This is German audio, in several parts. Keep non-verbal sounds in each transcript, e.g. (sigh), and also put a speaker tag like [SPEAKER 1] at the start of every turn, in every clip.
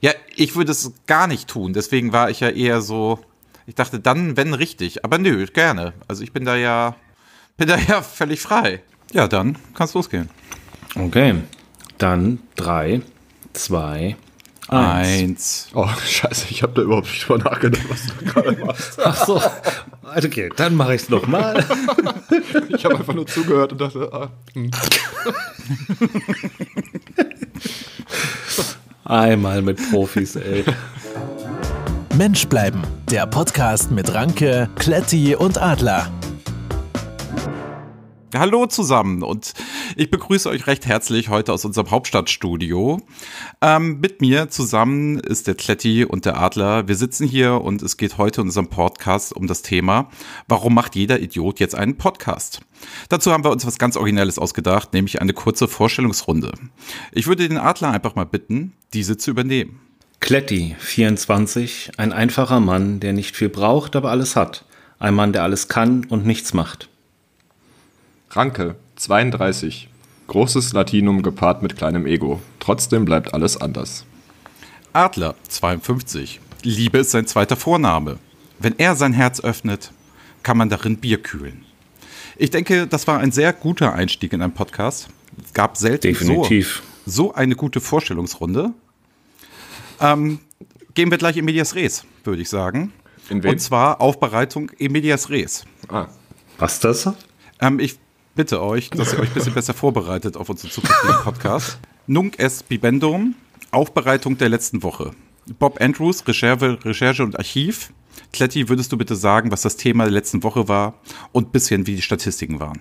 [SPEAKER 1] Ja, ich würde es gar nicht tun. Deswegen war ich ja eher so. Ich dachte, dann, wenn richtig. Aber nö, gerne. Also ich bin da ja, bin da ja völlig frei. Ja, dann kann's losgehen.
[SPEAKER 2] Okay. Dann drei, zwei, eins.
[SPEAKER 1] Eins.
[SPEAKER 3] Oh, (laughs) scheiße, ich habe da überhaupt nicht drüber nachgedacht, was du gerade machst.
[SPEAKER 2] (laughs) Ach so. Okay, dann mache ich es nochmal.
[SPEAKER 3] Ich habe einfach nur zugehört und dachte, ah,
[SPEAKER 2] Einmal mit Profis, ey.
[SPEAKER 4] Mensch bleiben, der Podcast mit Ranke, Kletti und Adler.
[SPEAKER 1] Hallo zusammen und ich begrüße euch recht herzlich heute aus unserem Hauptstadtstudio. Ähm, mit mir zusammen ist der Kletti und der Adler. Wir sitzen hier und es geht heute in unserem Podcast um das Thema, warum macht jeder Idiot jetzt einen Podcast? Dazu haben wir uns was ganz Originelles ausgedacht, nämlich eine kurze Vorstellungsrunde. Ich würde den Adler einfach mal bitten, diese zu übernehmen.
[SPEAKER 2] Kletti, 24, ein einfacher Mann, der nicht viel braucht, aber alles hat. Ein Mann, der alles kann und nichts macht.
[SPEAKER 3] Ranke, 32. Großes Latinum gepaart mit kleinem Ego. Trotzdem bleibt alles anders.
[SPEAKER 1] Adler, 52. Liebe ist sein zweiter Vorname. Wenn er sein Herz öffnet, kann man darin Bier kühlen. Ich denke, das war ein sehr guter Einstieg in einen Podcast. Es gab selten
[SPEAKER 2] Definitiv.
[SPEAKER 1] So, so eine gute Vorstellungsrunde. Ähm, gehen wir gleich in Medias Res, würde ich sagen.
[SPEAKER 3] In wen?
[SPEAKER 1] Und zwar Aufbereitung in Medias Res.
[SPEAKER 3] Ah,
[SPEAKER 2] Was das?
[SPEAKER 1] Ähm, ich bitte euch, dass ihr euch ein bisschen besser vorbereitet auf unseren zukünftigen Podcast. Nunc est bibendum, Aufbereitung der letzten Woche. Bob Andrews, Recherche, Recherche und Archiv. Kletti, würdest du bitte sagen, was das Thema der letzten Woche war und ein bisschen wie die Statistiken waren?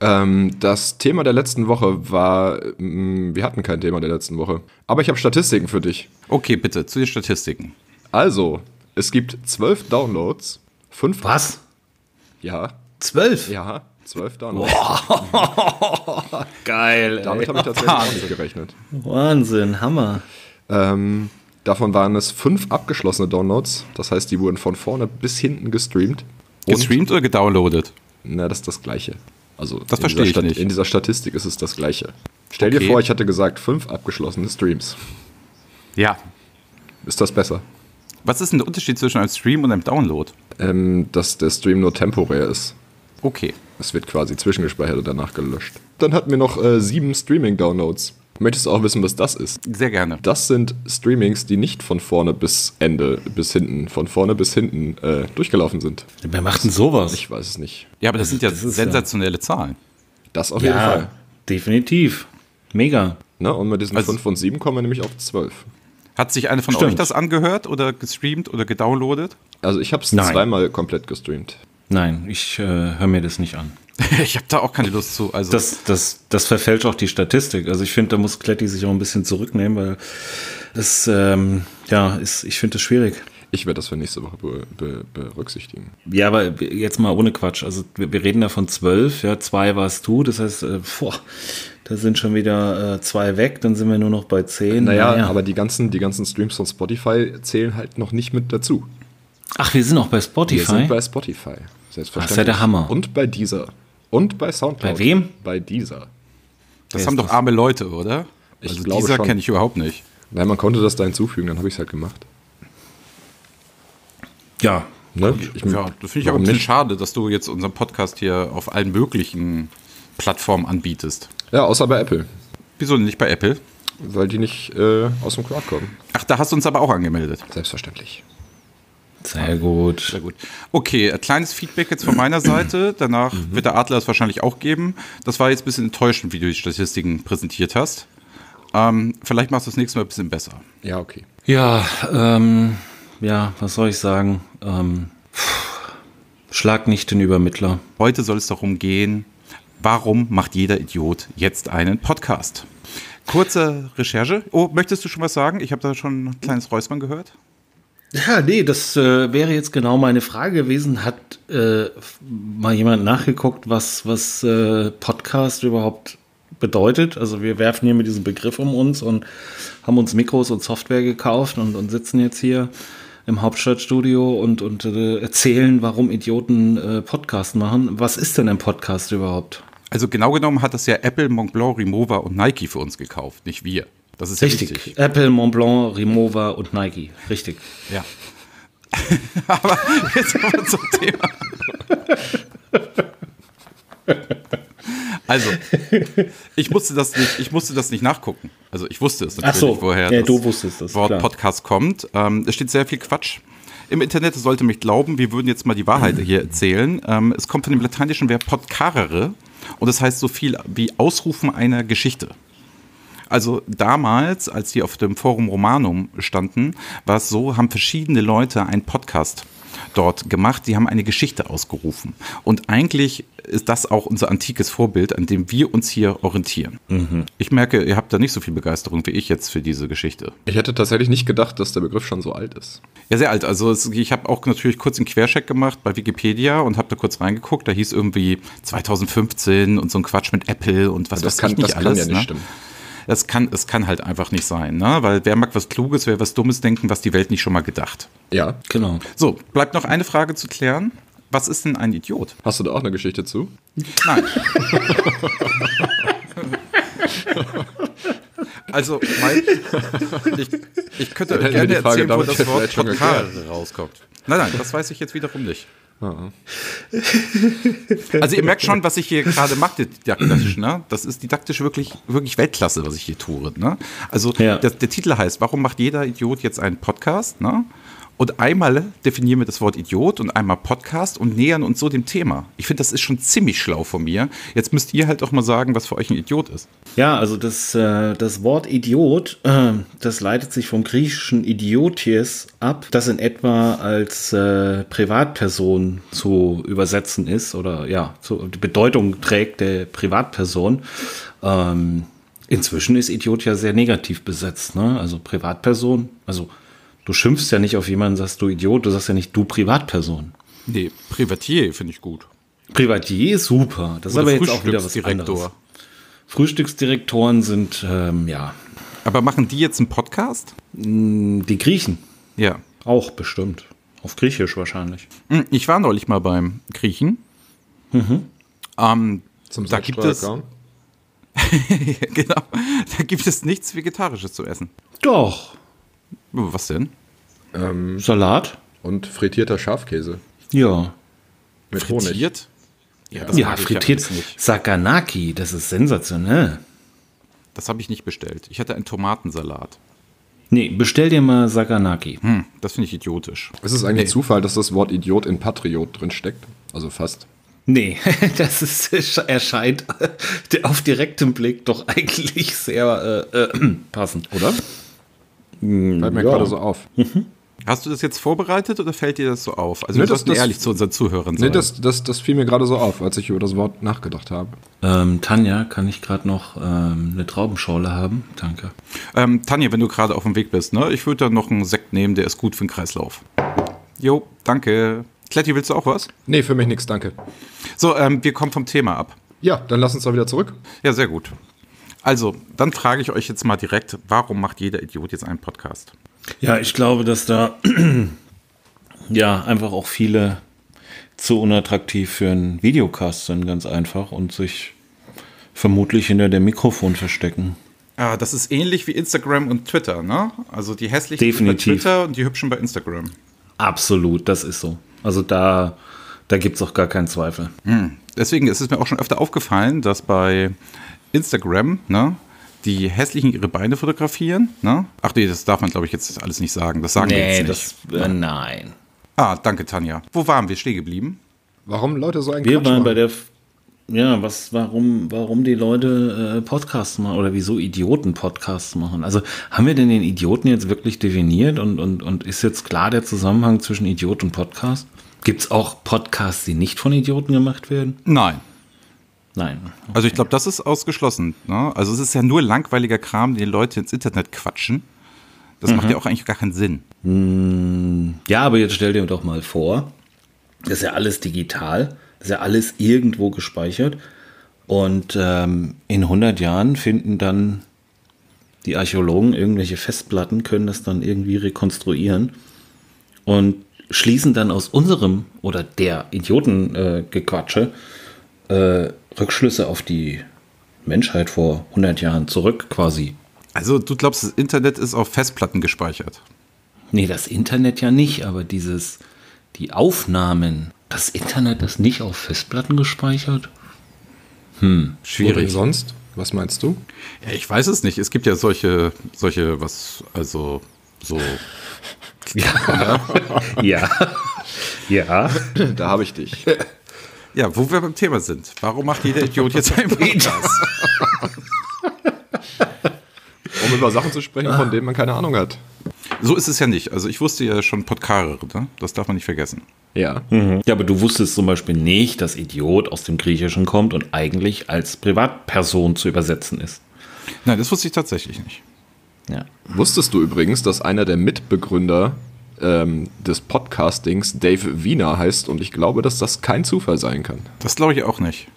[SPEAKER 3] Ähm, das Thema der letzten Woche war, ähm, wir hatten kein Thema der letzten Woche. Aber ich habe Statistiken für dich.
[SPEAKER 1] Okay, bitte, zu den Statistiken.
[SPEAKER 3] Also, es gibt zwölf Downloads. Fünf.
[SPEAKER 2] Was?
[SPEAKER 3] Ja,
[SPEAKER 2] Zwölf?
[SPEAKER 3] ja, zwölf Downloads.
[SPEAKER 2] Geil. Ey.
[SPEAKER 3] Damit habe ich tatsächlich auch (laughs) nicht gerechnet.
[SPEAKER 2] Wahnsinn, Hammer.
[SPEAKER 3] Ähm, davon waren es fünf abgeschlossene Downloads. Das heißt, die wurden von vorne bis hinten gestreamt. Und-
[SPEAKER 1] Gestreamt oder gedownloadet?
[SPEAKER 3] Na, das ist das Gleiche. Also in
[SPEAKER 1] verstehe
[SPEAKER 3] dieser
[SPEAKER 1] ich
[SPEAKER 3] Stat-
[SPEAKER 1] nicht.
[SPEAKER 3] In dieser Statistik ist es das Gleiche. Stell
[SPEAKER 1] Okay.
[SPEAKER 3] dir vor, ich hatte gesagt, fünf abgeschlossene Streams.
[SPEAKER 1] Ja.
[SPEAKER 3] Ist das besser?
[SPEAKER 1] Was ist denn der Unterschied zwischen einem Stream und einem Download?
[SPEAKER 3] Ähm, dass der Stream nur temporär ist.
[SPEAKER 1] Okay.
[SPEAKER 3] Es wird quasi zwischengespeichert und danach gelöscht. Dann hatten wir noch äh, sieben Streaming-Downloads. Möchtest du auch wissen, was das ist?
[SPEAKER 1] Sehr gerne.
[SPEAKER 3] Das sind Streamings, die nicht von vorne bis Ende, bis hinten, von vorne bis hinten äh, durchgelaufen sind.
[SPEAKER 2] Wer macht denn sowas?
[SPEAKER 3] Ich weiß es nicht.
[SPEAKER 1] Ja, aber das sind ja
[SPEAKER 2] Das ist ja-
[SPEAKER 1] sensationelle Zahlen.
[SPEAKER 3] Das auf jeden
[SPEAKER 2] ja,
[SPEAKER 3] Fall.
[SPEAKER 2] definitiv. Mega.
[SPEAKER 3] Ne? Und mit diesen
[SPEAKER 1] Also-
[SPEAKER 3] 5 und 7 kommen wir nämlich auf 12.
[SPEAKER 1] Hat sich einer von
[SPEAKER 2] Stimmt.
[SPEAKER 1] euch das angehört oder gestreamt oder gedownloadet?
[SPEAKER 3] Also ich habe es
[SPEAKER 2] Nein.
[SPEAKER 3] zweimal komplett gestreamt.
[SPEAKER 2] Nein, ich äh, höre mir das nicht an.
[SPEAKER 1] (laughs) Ich habe da auch keine Lust zu. Also
[SPEAKER 2] Das, das, das verfälscht auch die Statistik. Also ich finde, da muss Kletti sich auch ein bisschen zurücknehmen, weil es, ähm, ja, ist, ich finde es schwierig.
[SPEAKER 3] Ich werde das für nächste Woche be be berücksichtigen.
[SPEAKER 2] Ja, aber jetzt mal ohne Quatsch. Also wir, wir reden da von zwölf, ja, zwei warst du, das heißt, äh, boah, da sind schon wieder äh, zwei weg, dann sind wir nur noch bei zehn.
[SPEAKER 3] Naja, aber die ganzen, die ganzen Streams von Spotify zählen halt noch nicht mit dazu.
[SPEAKER 2] Ach, wir sind auch bei Spotify.
[SPEAKER 3] Wir sind bei Spotify. Selbstverständlich.
[SPEAKER 2] Das ist ja der Hammer.
[SPEAKER 3] Und bei dieser. Und bei Soundcloud.
[SPEAKER 2] Bei wem?
[SPEAKER 3] Bei dieser.
[SPEAKER 1] Das haben doch arme Leute, oder?
[SPEAKER 3] Ich
[SPEAKER 1] also
[SPEAKER 3] glaube
[SPEAKER 1] dieser
[SPEAKER 3] schon.
[SPEAKER 1] kenne ich überhaupt nicht.
[SPEAKER 3] Nein, man konnte das da hinzufügen, dann habe ich es halt gemacht.
[SPEAKER 2] ja.
[SPEAKER 3] Ne? Ich,
[SPEAKER 1] Ja, das finde ich aber ein
[SPEAKER 3] warum
[SPEAKER 1] bisschen
[SPEAKER 3] nicht?
[SPEAKER 1] schade, dass du jetzt unseren Podcast hier auf allen möglichen Plattformen anbietest.
[SPEAKER 3] Ja, außer bei Apple,
[SPEAKER 1] Wieso denn nicht bei Apple?
[SPEAKER 3] weil die nicht äh, aus dem Quark kommen.
[SPEAKER 1] Ach, da hast du uns aber auch angemeldet.
[SPEAKER 3] Selbstverständlich.
[SPEAKER 2] Sehr gut.
[SPEAKER 1] Sehr gut. Okay, ein kleines Feedback jetzt von meiner Seite. Danach
[SPEAKER 3] Mhm.
[SPEAKER 1] wird der Adler es wahrscheinlich auch geben. Das war jetzt ein bisschen enttäuschend, wie du die Statistiken präsentiert hast. Ähm, vielleicht machst du das nächste Mal ein bisschen besser.
[SPEAKER 3] Ja, okay.
[SPEAKER 2] Ja, ähm, ja, was soll ich sagen? Ähm, pff, schlag nicht den Übermittler.
[SPEAKER 1] Heute soll es darum gehen, warum macht jeder Idiot jetzt einen Podcast? Kurze Recherche. Oh, möchtest du schon was sagen? Ich habe da schon ein kleines Räuspern gehört.
[SPEAKER 2] Ja, nee, das äh, wäre jetzt genau meine Frage gewesen. Hat äh, f- mal jemand nachgeguckt, was, was äh, Podcast überhaupt bedeutet? Also wir werfen hier mit diesem Begriff um uns und haben uns Mikros und Software gekauft und, und sitzen jetzt hier im Hauptstadtstudio und, und äh, erzählen, warum Idioten äh, Podcast machen. Was ist denn ein Podcast überhaupt?
[SPEAKER 1] Also genau genommen hat das ja Apple, Montblanc, Rimowa und Nike für uns gekauft, nicht wir. Das ist
[SPEAKER 2] Richtig.
[SPEAKER 1] ja wichtig.
[SPEAKER 2] Apple, Montblanc, Rimowa und Nike. Richtig.
[SPEAKER 1] Ja. (laughs) Aber jetzt kommen wir zum Thema. Also, ich musste das nicht, ich musste das nicht nachgucken. Also ich wusste es natürlich,
[SPEAKER 2] Ach so,
[SPEAKER 1] woher
[SPEAKER 2] ja,
[SPEAKER 1] das
[SPEAKER 2] du wusstest es,
[SPEAKER 1] Wort
[SPEAKER 2] klar.
[SPEAKER 1] Podcast kommt. Ähm, es steht sehr viel Quatsch. Im Internet es sollte mich glauben, wir würden jetzt mal die Wahrheit
[SPEAKER 2] (laughs)
[SPEAKER 1] hier erzählen. Ähm, es kommt von dem lateinischen Verb podcarere und das heißt so viel wie Ausrufen einer Geschichte. Also damals, als die auf dem Forum Romanum standen, war es so, haben verschiedene Leute einen Podcast dort gemacht, die haben eine Geschichte ausgerufen. Und eigentlich ist das auch unser antikes Vorbild, an dem wir uns hier orientieren.
[SPEAKER 3] Mhm.
[SPEAKER 1] Ich merke, ihr habt da nicht so viel Begeisterung wie ich jetzt für diese Geschichte.
[SPEAKER 3] Ich hätte tatsächlich nicht gedacht, dass der Begriff schon so alt ist.
[SPEAKER 1] Ja, sehr alt. Also es, ich habe auch natürlich kurz einen Quercheck gemacht bei Wikipedia und habe da kurz reingeguckt. Da hieß irgendwie 2015 und so ein Quatsch mit Apple und was
[SPEAKER 3] Das,
[SPEAKER 1] weiß
[SPEAKER 3] kann,
[SPEAKER 1] ich nicht
[SPEAKER 3] das
[SPEAKER 1] alles.
[SPEAKER 3] kann ja nicht
[SPEAKER 1] ne?
[SPEAKER 3] stimmen.
[SPEAKER 1] Das kann, es kann halt einfach nicht sein, ne? Weil wer mag was Kluges, wer was Dummes denken, was die Welt nicht schon mal gedacht.
[SPEAKER 3] Ja.
[SPEAKER 2] Genau.
[SPEAKER 1] So, bleibt noch eine Frage zu klären. Was ist denn ein Idiot?
[SPEAKER 3] Hast du da auch eine Geschichte zu?
[SPEAKER 1] Nein. also, mein, ich, ich könnte
[SPEAKER 3] Dann hätten wir
[SPEAKER 1] gerne
[SPEAKER 3] die Frage
[SPEAKER 1] erzählen, wo
[SPEAKER 3] damit
[SPEAKER 1] das
[SPEAKER 3] ja
[SPEAKER 1] Wort
[SPEAKER 3] vielleicht schon
[SPEAKER 1] Podcast rauskommt. Nein, nein, das weiß ich jetzt wiederum nicht.
[SPEAKER 3] (laughs) Ah.
[SPEAKER 1] Also ihr merkt schon, was ich hier gerade mache, didaktisch. Ne? Das ist didaktisch wirklich, wirklich Weltklasse, was ich hier tue. Ne? Also
[SPEAKER 2] Ja.
[SPEAKER 1] der, der Titel heißt, warum macht jeder Idiot jetzt einen Podcast? Ne? Und einmal definieren wir das Wort Idiot und einmal Podcast und nähern uns so dem Thema. Ich finde, das ist schon ziemlich schlau von mir. Jetzt müsst ihr halt auch mal sagen, was für euch ein Idiot ist.
[SPEAKER 2] Ja, also das, äh, das Wort Idiot, äh, das leitet sich vom griechischen Idioties ab, das in etwa als äh, Privatperson zu übersetzen ist oder ja, zu, die Bedeutung trägt der Privatperson. Ähm, inzwischen ist Idiot ja sehr negativ besetzt, ne? Also Privatperson, also du schimpfst ja nicht auf jemanden, sagst du Idiot, du sagst ja nicht du Privatperson.
[SPEAKER 1] Nee, Privatier finde ich gut.
[SPEAKER 2] Privatier ist super, das ist aber jetzt auch wieder was anderes.
[SPEAKER 1] Frühstücksdirektor.
[SPEAKER 2] Frühstücksdirektoren sind, ähm, ja,
[SPEAKER 1] Aber machen die jetzt einen Podcast?
[SPEAKER 2] Die Griechen
[SPEAKER 1] Ja.
[SPEAKER 2] auch bestimmt. Auf Griechisch wahrscheinlich.
[SPEAKER 1] Hm, Ich war neulich mal beim Griechen.
[SPEAKER 2] Mhm.
[SPEAKER 1] Ähm,
[SPEAKER 3] Zum
[SPEAKER 1] da gibt es (laughs)
[SPEAKER 3] Selbststeuerkram?
[SPEAKER 1] genau. Da gibt es nichts Vegetarisches zu essen. Oh,
[SPEAKER 2] Doch.
[SPEAKER 1] Was denn?
[SPEAKER 3] Ähm,
[SPEAKER 2] Salat?
[SPEAKER 3] und frittierter Schafkäse.
[SPEAKER 2] Ja.
[SPEAKER 3] Mit Honig.
[SPEAKER 1] Frittiert? Ja, das
[SPEAKER 2] ja,
[SPEAKER 1] mag ich
[SPEAKER 2] frittiert.
[SPEAKER 1] alles nicht.
[SPEAKER 2] Saganaki, das ist sensationell.
[SPEAKER 1] Das habe ich nicht bestellt. Ich hatte einen Tomatensalat.
[SPEAKER 2] Nee, bestell dir mal Saganaki.
[SPEAKER 1] Hm, das finde ich idiotisch.
[SPEAKER 3] Ist es eigentlich Zufall, dass das Wort Idiot in Patriot drin steckt? Also fast.
[SPEAKER 2] Nee, (laughs) das ist, (laughs) erscheint auf direktem Blick doch eigentlich sehr äh, äh, (clears throat) passend.
[SPEAKER 3] Oder?
[SPEAKER 1] Hm,
[SPEAKER 3] Fällt mir
[SPEAKER 2] ja.
[SPEAKER 3] gerade
[SPEAKER 1] (laughs)
[SPEAKER 3] so auf.
[SPEAKER 1] Hast du das jetzt vorbereitet oder fällt dir das so auf? Also
[SPEAKER 3] Nee,
[SPEAKER 1] wir
[SPEAKER 3] das-
[SPEAKER 1] sollten
[SPEAKER 3] das-
[SPEAKER 1] ehrlich zu unseren Zuhörern sein.
[SPEAKER 3] Nee, das, das, das fiel mir gerade so auf, als ich über das Wort nachgedacht habe.
[SPEAKER 2] Ähm, Tanja, kann ich gerade noch ähm, eine Traubenschorle haben? Danke.
[SPEAKER 1] ähm, Tanja, wenn du gerade auf dem Weg bist, ne? ich würde da noch einen Sekt nehmen, der ist gut für den Kreislauf. Jo, danke. Kletti, willst du auch was?
[SPEAKER 3] Nee, für mich nichts, danke.
[SPEAKER 1] So, ähm, wir kommen vom Thema ab.
[SPEAKER 3] Ja, dann lass uns doch wieder zurück.
[SPEAKER 1] Ja, sehr gut. Also, dann frage ich euch jetzt mal direkt, warum macht jeder Idiot jetzt einen Podcast?
[SPEAKER 2] Ja, ich glaube, dass da (clears throat) ja einfach auch viele zu unattraktiv für einen Videocast sind, ganz einfach, und sich vermutlich hinter dem Mikrofon verstecken.
[SPEAKER 1] Ah, das ist ähnlich wie Instagram und Twitter, ne? Also die hässlichen
[SPEAKER 2] Definitiv.
[SPEAKER 1] bei Twitter und die hübschen bei Instagram.
[SPEAKER 2] Absolut, das ist so. Also da, da gibt es auch gar keinen Zweifel.
[SPEAKER 1] Hm. Deswegen ist es mir auch schon öfter aufgefallen, dass bei Instagram, ne? Die hässlichen ihre Beine fotografieren, ne? Ach nee, das darf man, glaube ich, jetzt alles nicht sagen. Das sagen wir jetzt nicht.
[SPEAKER 2] äh, nein.
[SPEAKER 1] ah, danke, Tanja. Wo waren wir stehen geblieben?
[SPEAKER 3] Warum Leute so einen
[SPEAKER 2] Wir
[SPEAKER 3] Quatsch
[SPEAKER 2] waren
[SPEAKER 3] machen?
[SPEAKER 2] bei der. F- Ja, was, warum, warum die Leute äh, Podcasts machen oder wieso Idioten Podcasts machen? Also haben wir denn den Idioten jetzt wirklich definiert und, und, und ist jetzt klar der Zusammenhang zwischen Idiot und Podcast? Gibt es auch Podcasts, die nicht von Idioten gemacht werden?
[SPEAKER 1] Nein.
[SPEAKER 2] Nein.
[SPEAKER 1] Also ich glaube, das ist ausgeschlossen. Ne? Also es ist ja nur langweiliger Kram, den Leute ins Internet quatschen. Das macht ja auch eigentlich gar keinen Sinn.
[SPEAKER 2] Ja, aber jetzt stell dir doch mal vor, das ist ja alles digital, das ist ja alles irgendwo gespeichert. Und ähm, in 100 Jahren finden dann die Archäologen irgendwelche Festplatten, können das dann irgendwie rekonstruieren und schließen dann aus unserem oder der äh, Idiotengequatsche äh, Rückschlüsse auf die Menschheit vor 100 Jahren zurück quasi.
[SPEAKER 1] Also du glaubst, das Internet ist auf Festplatten gespeichert?
[SPEAKER 2] Nee, das Internet ja nicht, aber dieses, die Aufnahmen, das Internet ist nicht auf Festplatten gespeichert?
[SPEAKER 3] Oder
[SPEAKER 1] Schwierig.
[SPEAKER 3] sonst? Was meinst du?
[SPEAKER 1] Ja, ich weiß es nicht. Es gibt ja solche, solche, was, also so.
[SPEAKER 2] (laughs) Ja. ja.
[SPEAKER 3] (laughs) Da habe ich (laughs) dich.
[SPEAKER 1] Ja, wo wir beim Thema sind. Warum macht jeder Idiot jetzt einen (laughs) Podcast?
[SPEAKER 3] Um über Sachen zu sprechen, (laughs) von denen man keine Ahnung hat.
[SPEAKER 1] So ist es ja nicht. Also ich wusste ja schon Podcarer, ne? Das darf man nicht vergessen.
[SPEAKER 3] Ja.
[SPEAKER 2] Ja, aber du wusstest zum Beispiel nicht, dass Idiot aus dem Griechischen kommt und eigentlich als Privatperson zu übersetzen ist.
[SPEAKER 1] Nein, das wusste ich tatsächlich nicht.
[SPEAKER 2] Ja.
[SPEAKER 3] Wusstest du übrigens, dass einer der Mitbegründer ähm, des Podcastings Dave Wiener heißt und ich glaube, dass das kein Zufall sein kann,
[SPEAKER 1] Das glaube ich auch nicht.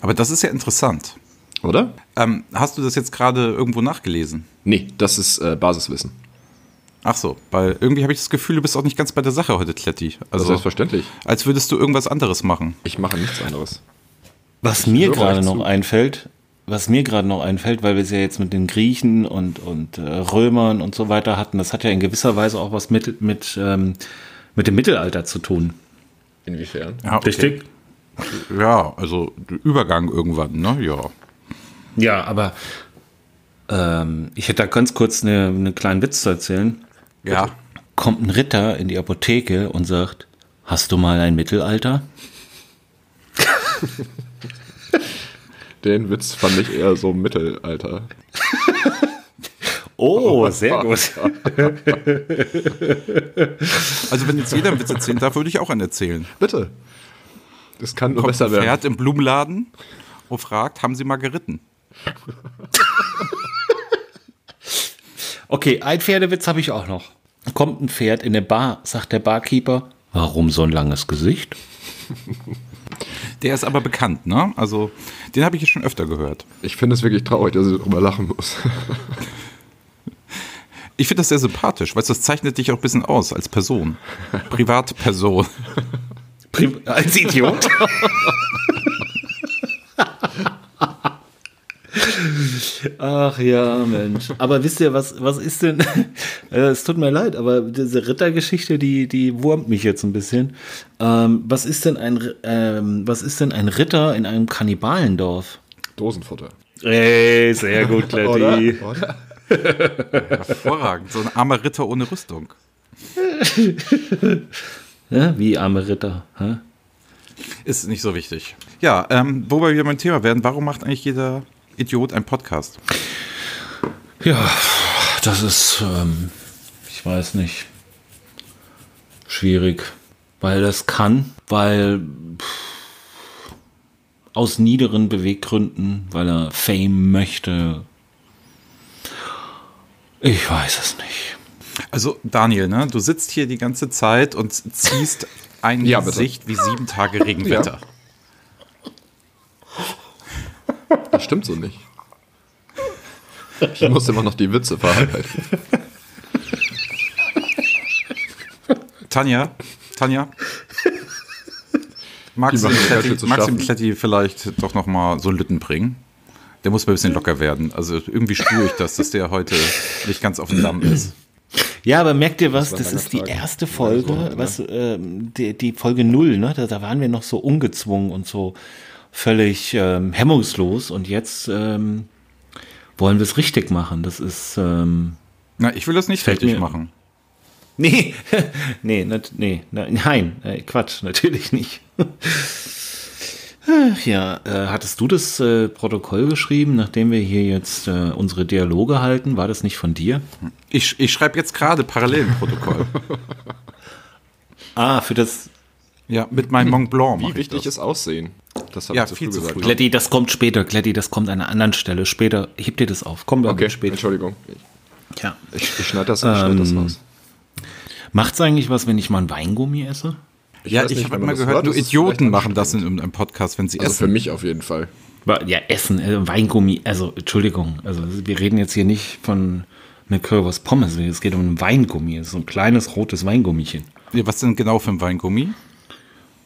[SPEAKER 1] Aber das ist ja interessant.
[SPEAKER 3] oder?
[SPEAKER 1] Ähm, hast du das jetzt gerade irgendwo nachgelesen?
[SPEAKER 3] Nee, das ist äh, Basiswissen.
[SPEAKER 1] Ach so, weil irgendwie habe ich das Gefühl, du bist auch nicht ganz bei der Sache heute, Kletti. Also,
[SPEAKER 3] Selbstverständlich.
[SPEAKER 1] als würdest du irgendwas anderes machen.
[SPEAKER 3] Ich mache nichts anderes.
[SPEAKER 2] Was mir
[SPEAKER 3] höre
[SPEAKER 2] gerade
[SPEAKER 3] euch
[SPEAKER 2] noch
[SPEAKER 3] zu.
[SPEAKER 2] einfällt, was mir gerade noch einfällt, weil wir es ja jetzt mit den Griechen und, und äh, Römern und so weiter hatten, das hat ja in gewisser Weise auch was mit, mit, ähm, mit dem Mittelalter zu tun.
[SPEAKER 3] Inwiefern?
[SPEAKER 1] Ja, okay.
[SPEAKER 2] Richtig?
[SPEAKER 1] Ja, also Übergang irgendwann, ne? Ja.
[SPEAKER 2] Ja, aber ähm, ich hätte da ganz kurz eine- einen kleinen Witz zu erzählen.
[SPEAKER 1] Ja.
[SPEAKER 2] Kommt ein Ritter in die Apotheke und sagt, hast du mal ein Mittelalter?
[SPEAKER 3] Den Witz fand ich eher so Mittelalter.
[SPEAKER 2] Oh, sehr gut.
[SPEAKER 1] Also wenn jetzt jeder einen Witz erzählen darf, würde ich auch einen erzählen.
[SPEAKER 3] Bitte. Das kann nur besser werden.
[SPEAKER 1] Pferd im Blumenladen und fragt, haben Sie mal geritten?
[SPEAKER 2] (laughs) Okay, ein Pferdewitz habe ich auch noch. Kommt ein Pferd in eine Bar, sagt der Barkeeper, warum so ein langes Gesicht?
[SPEAKER 1] Der ist aber bekannt, ne? Also den habe ich jetzt schon öfter gehört.
[SPEAKER 3] Ich finde es wirklich traurig, dass ich darüber lachen muss. (laughs)
[SPEAKER 1] Ich finde das sehr sympathisch, weil das zeichnet dich auch ein bisschen aus als Person. Privatperson.
[SPEAKER 2] Prim als Idiot? Ach ja, Mensch. Aber wisst ihr, was, was ist denn? (laughs) Äh, es tut mir leid, aber diese Rittergeschichte, die, die wurmt mich jetzt ein bisschen. Ähm, was, ist denn ein, R- ähm, was ist denn ein Ritter in einem Kannibalendorf?
[SPEAKER 3] Dosenfutter.
[SPEAKER 2] Ey, sehr (laughs) gut, Kletti.
[SPEAKER 3] Oder?
[SPEAKER 1] Hervorragend. So ein armer Ritter ohne Rüstung.
[SPEAKER 2] Ja, Ne? wie arme Ritter. Hä?
[SPEAKER 1] Ist nicht so wichtig. Ja, ähm, wobei wir beim Thema werden, warum macht eigentlich jeder Idiot einen Podcast?
[SPEAKER 2] Ja, das ist, ähm, ich weiß nicht, schwierig, weil das kann, weil pff, aus niederen Beweggründen, weil er Fame möchte. Ich weiß es nicht.
[SPEAKER 1] Also Daniel, ne, du sitzt hier die ganze Zeit und ziehst ein
[SPEAKER 3] Ja, bitte.
[SPEAKER 1] Gesicht wie sieben Tage Regenwetter.
[SPEAKER 3] Das stimmt so nicht. Ich muss immer noch die Witze verarbeiten.
[SPEAKER 1] Tanja, Tanja. Magst du
[SPEAKER 3] Die
[SPEAKER 1] dem
[SPEAKER 3] machen ganz schön
[SPEAKER 1] Kletti,
[SPEAKER 3] zu
[SPEAKER 1] magst du dem
[SPEAKER 3] schaffen.
[SPEAKER 1] Kletti vielleicht doch nochmal so einen Lütten bringen? Der muss mal ein bisschen locker werden. Also irgendwie spüre ich das, dass der heute nicht ganz auf dem Damm ist.
[SPEAKER 2] Ja, aber merkt ihr was?
[SPEAKER 3] war
[SPEAKER 2] Das
[SPEAKER 3] ein
[SPEAKER 2] ist die
[SPEAKER 3] langer Tag.
[SPEAKER 2] erste
[SPEAKER 3] Ja,
[SPEAKER 2] Folge,
[SPEAKER 3] so, ne?
[SPEAKER 2] was, ähm, die, die Folge null. ne? Da, da waren wir noch so ungezwungen und so völlig ähm, hemmungslos und jetzt ähm, wollen wir es richtig machen. Das ist. Ähm, (laughs)
[SPEAKER 1] Na, ich will das nicht
[SPEAKER 2] Fällt
[SPEAKER 1] richtig
[SPEAKER 2] mir-
[SPEAKER 1] machen.
[SPEAKER 2] nee, nee, nat- nee, na- nein, äh, Quatsch, natürlich nicht. (laughs) Ach ja, äh, hattest du das äh, Protokoll geschrieben, nachdem wir hier jetzt äh, unsere Dialoge halten? War das nicht von dir?
[SPEAKER 1] Ich, ich schreibe jetzt gerade parallel ein Protokoll.
[SPEAKER 2] Ah, für das
[SPEAKER 1] (laughs) Ja, mit meinem Mont Blanc. mach
[SPEAKER 3] Wie
[SPEAKER 1] ich
[SPEAKER 3] wichtig
[SPEAKER 1] das.
[SPEAKER 3] ist Aussehen? Das habe
[SPEAKER 1] Ja,
[SPEAKER 3] ich zu
[SPEAKER 1] viel
[SPEAKER 3] früh
[SPEAKER 1] zu
[SPEAKER 3] gesagt.
[SPEAKER 1] früh.
[SPEAKER 2] Gladdy, das kommt später. Gladdy, das kommt an einer anderen Stelle. Später, heb dir das auf. Komm damit
[SPEAKER 3] Okay,
[SPEAKER 2] später.
[SPEAKER 3] Entschuldigung.
[SPEAKER 2] Ja.
[SPEAKER 3] Ich, ich schneide das, ich schneid das raus.
[SPEAKER 2] Macht's eigentlich was, wenn ich mal ein Weingummi esse?
[SPEAKER 1] ja,
[SPEAKER 3] weiß
[SPEAKER 1] ich
[SPEAKER 3] nicht,
[SPEAKER 1] habe
[SPEAKER 3] wenn man
[SPEAKER 1] immer
[SPEAKER 3] das
[SPEAKER 1] gehört,
[SPEAKER 3] hört,
[SPEAKER 1] nur
[SPEAKER 3] ist es
[SPEAKER 1] Idioten
[SPEAKER 3] vielleicht
[SPEAKER 1] machen das in einem Podcast, wenn sie
[SPEAKER 3] Also für
[SPEAKER 1] essen.
[SPEAKER 3] mich auf jeden Fall.
[SPEAKER 2] Wa- Ja, Essen, äh, Weingummi, also Entschuldigung, also wir reden jetzt hier nicht von einer Currywurst Pommes, es geht um ein Weingummi, es ist so ein kleines rotes Weingummischen.
[SPEAKER 1] Ja, was denn genau für ein Weingummi?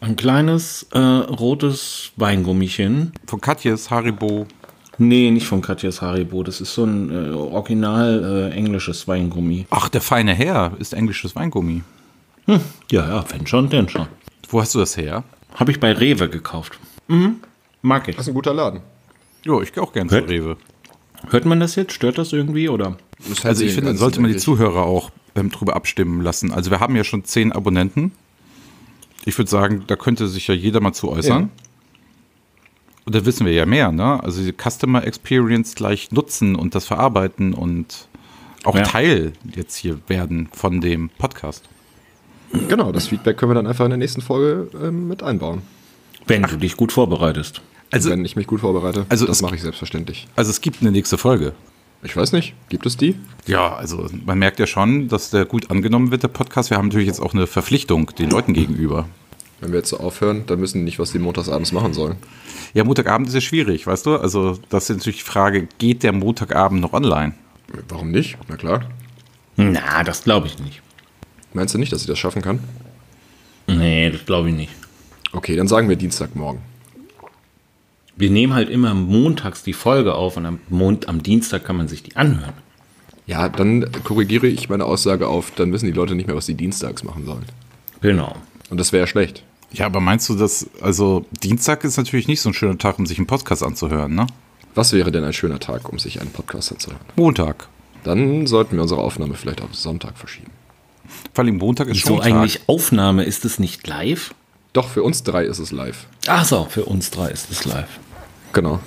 [SPEAKER 2] Ein kleines äh, rotes Weingummichen.
[SPEAKER 1] Von Katjes, Haribo.
[SPEAKER 2] Nee, nicht von Katjas Haribo. Das ist so ein äh, original äh, englisches Weingummi.
[SPEAKER 1] Ach, der feine Herr ist englisches Weingummi.
[SPEAKER 2] Ja, ja, wenn schon, denn schon.
[SPEAKER 1] Wo hast du das her?
[SPEAKER 2] Habe ich bei Rewe gekauft. Mhm. Mag ich.
[SPEAKER 3] Das ist ein guter Laden.
[SPEAKER 1] Jo, ich gehe auch gerne
[SPEAKER 2] Hört-
[SPEAKER 1] zu Rewe.
[SPEAKER 2] Hört man das jetzt? Stört das irgendwie oder?
[SPEAKER 1] Also ich finde, dann sollte man die
[SPEAKER 3] zu.
[SPEAKER 1] Zuhörer auch ähm, drüber abstimmen lassen. Also wir haben ja schon zehn Abonnenten. Ich würde sagen, da könnte sich ja jeder mal zu äußern. Und da wissen wir ja mehr, ne? Also die Customer Experience gleich nutzen und das verarbeiten und auch
[SPEAKER 2] Ja.
[SPEAKER 1] Teil jetzt hier werden von dem Podcast.
[SPEAKER 3] Genau, das Feedback können wir dann einfach in der nächsten Folge ähm, mit einbauen.
[SPEAKER 2] Wenn du dich gut vorbereitest.
[SPEAKER 1] Also-
[SPEAKER 3] Also, wenn ich mich gut vorbereite,
[SPEAKER 1] Also
[SPEAKER 3] also das
[SPEAKER 1] es-
[SPEAKER 3] mache ich selbstverständlich.
[SPEAKER 1] Also es gibt eine nächste Folge.
[SPEAKER 3] Ich weiß nicht, gibt es die?
[SPEAKER 1] Ja, also man merkt ja schon, dass der gut angenommen wird, der Podcast. Wir haben natürlich jetzt auch eine Verpflichtung den Leuten gegenüber.
[SPEAKER 3] Wenn wir jetzt so aufhören, dann müssen die nicht, was die montagsabends machen sollen.
[SPEAKER 1] Ja, Montagabend ist ja schwierig, weißt du? Also, das ist natürlich die Frage, geht der Montagabend noch online?
[SPEAKER 3] Warum nicht? Na klar.
[SPEAKER 2] Na, das glaube ich nicht.
[SPEAKER 3] Meinst du nicht, dass ich das schaffen kann?
[SPEAKER 2] Nee, das glaube ich nicht.
[SPEAKER 3] Okay, dann sagen wir Dienstagmorgen.
[SPEAKER 2] Wir nehmen halt immer montags die Folge auf und am, Mond, am Dienstag kann man sich die anhören.
[SPEAKER 3] Ja, dann korrigiere ich meine Aussage auf, dann wissen die Leute nicht mehr, was sie dienstags machen sollen.
[SPEAKER 2] Genau.
[SPEAKER 3] Und das wäre ja schlecht.
[SPEAKER 1] Ja, aber meinst du, dass, also, Dienstag ist natürlich nicht so ein schöner Tag, um sich einen Podcast anzuhören, ne?
[SPEAKER 3] Was wäre denn ein schöner Tag, um sich einen Podcast anzuhören?
[SPEAKER 1] Montag.
[SPEAKER 3] Dann sollten wir unsere Aufnahme vielleicht auf Sonntag verschieben.
[SPEAKER 1] Vor allem Montag ist
[SPEAKER 2] Wieso
[SPEAKER 1] schon
[SPEAKER 2] eigentlich Aufnahme? Ist es nicht live?
[SPEAKER 3] Doch, für uns drei ist es live.
[SPEAKER 2] Ach so, für uns drei ist es live.
[SPEAKER 3] Genau.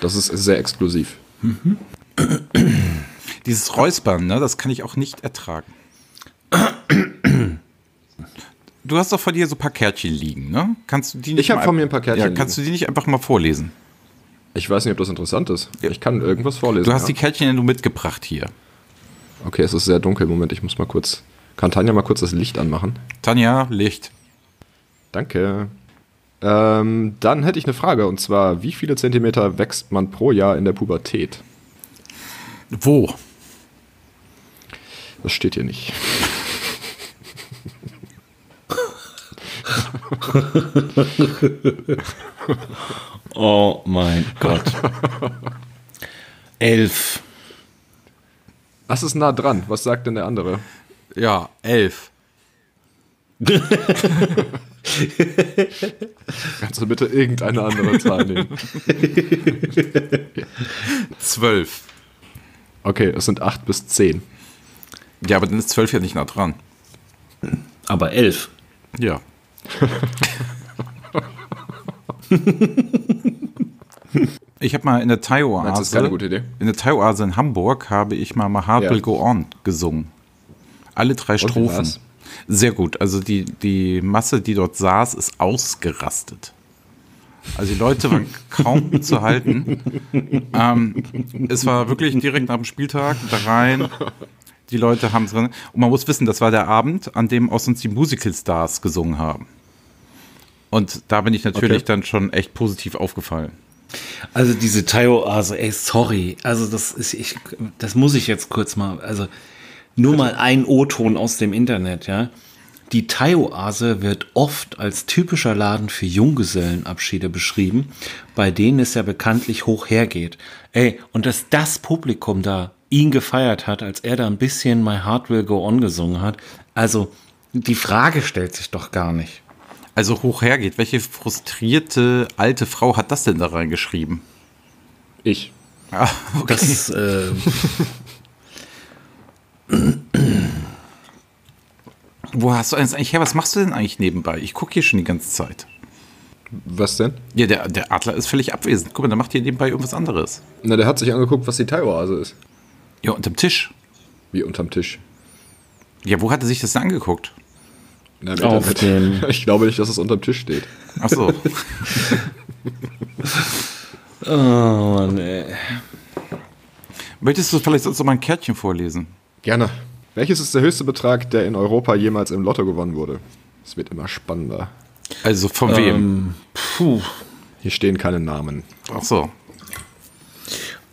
[SPEAKER 3] Das ist sehr exklusiv.
[SPEAKER 1] Tag. Dieses Räuspern, ne? Das kann ich auch nicht ertragen. Du hast doch von dir so ein paar Kärtchen liegen, ne? Kannst du die nicht
[SPEAKER 3] Ich hab
[SPEAKER 1] mal-
[SPEAKER 3] von mir ein paar Kärtchen
[SPEAKER 1] Ja, kannst du die nicht einfach mal vorlesen?
[SPEAKER 3] Ich weiß nicht, ob das interessant ist. Ich kann irgendwas vorlesen.
[SPEAKER 1] Du hast
[SPEAKER 3] ja.
[SPEAKER 1] die Kärtchen ja nur mitgebracht hier.
[SPEAKER 3] Okay, es ist sehr dunkel. Moment, ich muss mal kurz. Kann Tanja mal kurz das Licht anmachen?
[SPEAKER 1] Tanja, Licht.
[SPEAKER 3] Danke. Ähm, dann hätte ich eine Frage und zwar: Wie viele Zentimeter wächst man pro Jahr in der Pubertät?
[SPEAKER 1] Wo?
[SPEAKER 3] Das steht hier nicht.
[SPEAKER 2] Oh (laughs) mein Gott. Elf.
[SPEAKER 3] Das ist nah dran. Was sagt denn der andere?
[SPEAKER 1] Ja, elf.
[SPEAKER 3] Kannst du bitte irgendeine andere Zahl
[SPEAKER 1] (laughs)
[SPEAKER 3] nehmen?
[SPEAKER 1] Zwölf.
[SPEAKER 3] Okay, es sind 8 bis 10.
[SPEAKER 1] Ja, aber dann ist zwölf ja nicht nah dran.
[SPEAKER 2] Aber elf.
[SPEAKER 1] Ja. (laughs) ich habe mal in der
[SPEAKER 3] Meinst du, das ist keine
[SPEAKER 1] Thai-Oase,
[SPEAKER 3] gute Idee?
[SPEAKER 1] in der Thai-Oase in Hamburg habe ich mal My Heart
[SPEAKER 3] Ja.
[SPEAKER 1] Will Go On gesungen. Alle drei
[SPEAKER 3] wie
[SPEAKER 1] Strophen.
[SPEAKER 3] war's?
[SPEAKER 1] Sehr gut. Also die, die Masse, die dort saß, ist ausgerastet. Also die Leute waren
[SPEAKER 3] (laughs)
[SPEAKER 1] kaum zu halten. Ähm, es war wirklich direkt nach dem Spieltag da rein. Die Leute haben es drin. Und man muss wissen, das war der Abend, an dem aus uns die Musical-Stars gesungen haben. Und da bin ich natürlich
[SPEAKER 3] Okay.
[SPEAKER 1] dann schon echt positiv aufgefallen.
[SPEAKER 2] Also diese Thai-Oase, ey, sorry. Also das ist, ich, das muss ich jetzt kurz mal, also nur mal ein O-Ton aus dem Internet, ja. Die Thai-Oase wird oft als typischer Laden für Junggesellenabschiede beschrieben, bei denen es ja bekanntlich hoch hergeht. Ey, und dass das Publikum da ihn gefeiert hat, als er da ein bisschen My Heart Will Go On gesungen hat, also die Frage stellt sich doch gar nicht.
[SPEAKER 1] Also hoch hergeht. Welche frustrierte alte Frau hat das denn da reingeschrieben?
[SPEAKER 3] Ich.
[SPEAKER 1] Ah, okay.
[SPEAKER 2] Das, äh,
[SPEAKER 1] Wo hast du das eigentlich her? Was machst du denn eigentlich nebenbei? Ich gucke hier schon die ganze Zeit.
[SPEAKER 3] Was denn?
[SPEAKER 1] Ja, der, der Adler ist völlig abwesend. Guck mal, der macht hier nebenbei irgendwas anderes.
[SPEAKER 3] Na, der hat sich angeguckt, was die Thai-Oase ist.
[SPEAKER 1] Ja, unterm Tisch.
[SPEAKER 3] Wie unterm Tisch.
[SPEAKER 1] Ja, wo hat er sich das denn angeguckt?
[SPEAKER 3] In einem
[SPEAKER 2] Auf
[SPEAKER 3] Internet. (laughs) Ich glaube nicht, dass es unterm Tisch steht.
[SPEAKER 1] Ach so.
[SPEAKER 2] oh Mann, ey.
[SPEAKER 1] Möchtest du vielleicht sonst noch mal ein Kärtchen vorlesen?
[SPEAKER 3] Gerne. Welches ist der höchste Betrag, der in Europa jemals im Lotto gewonnen wurde? Es wird immer spannender.
[SPEAKER 1] Also von wem?
[SPEAKER 2] Ähm, puh.
[SPEAKER 3] Hier stehen keine Namen.
[SPEAKER 1] Ach so.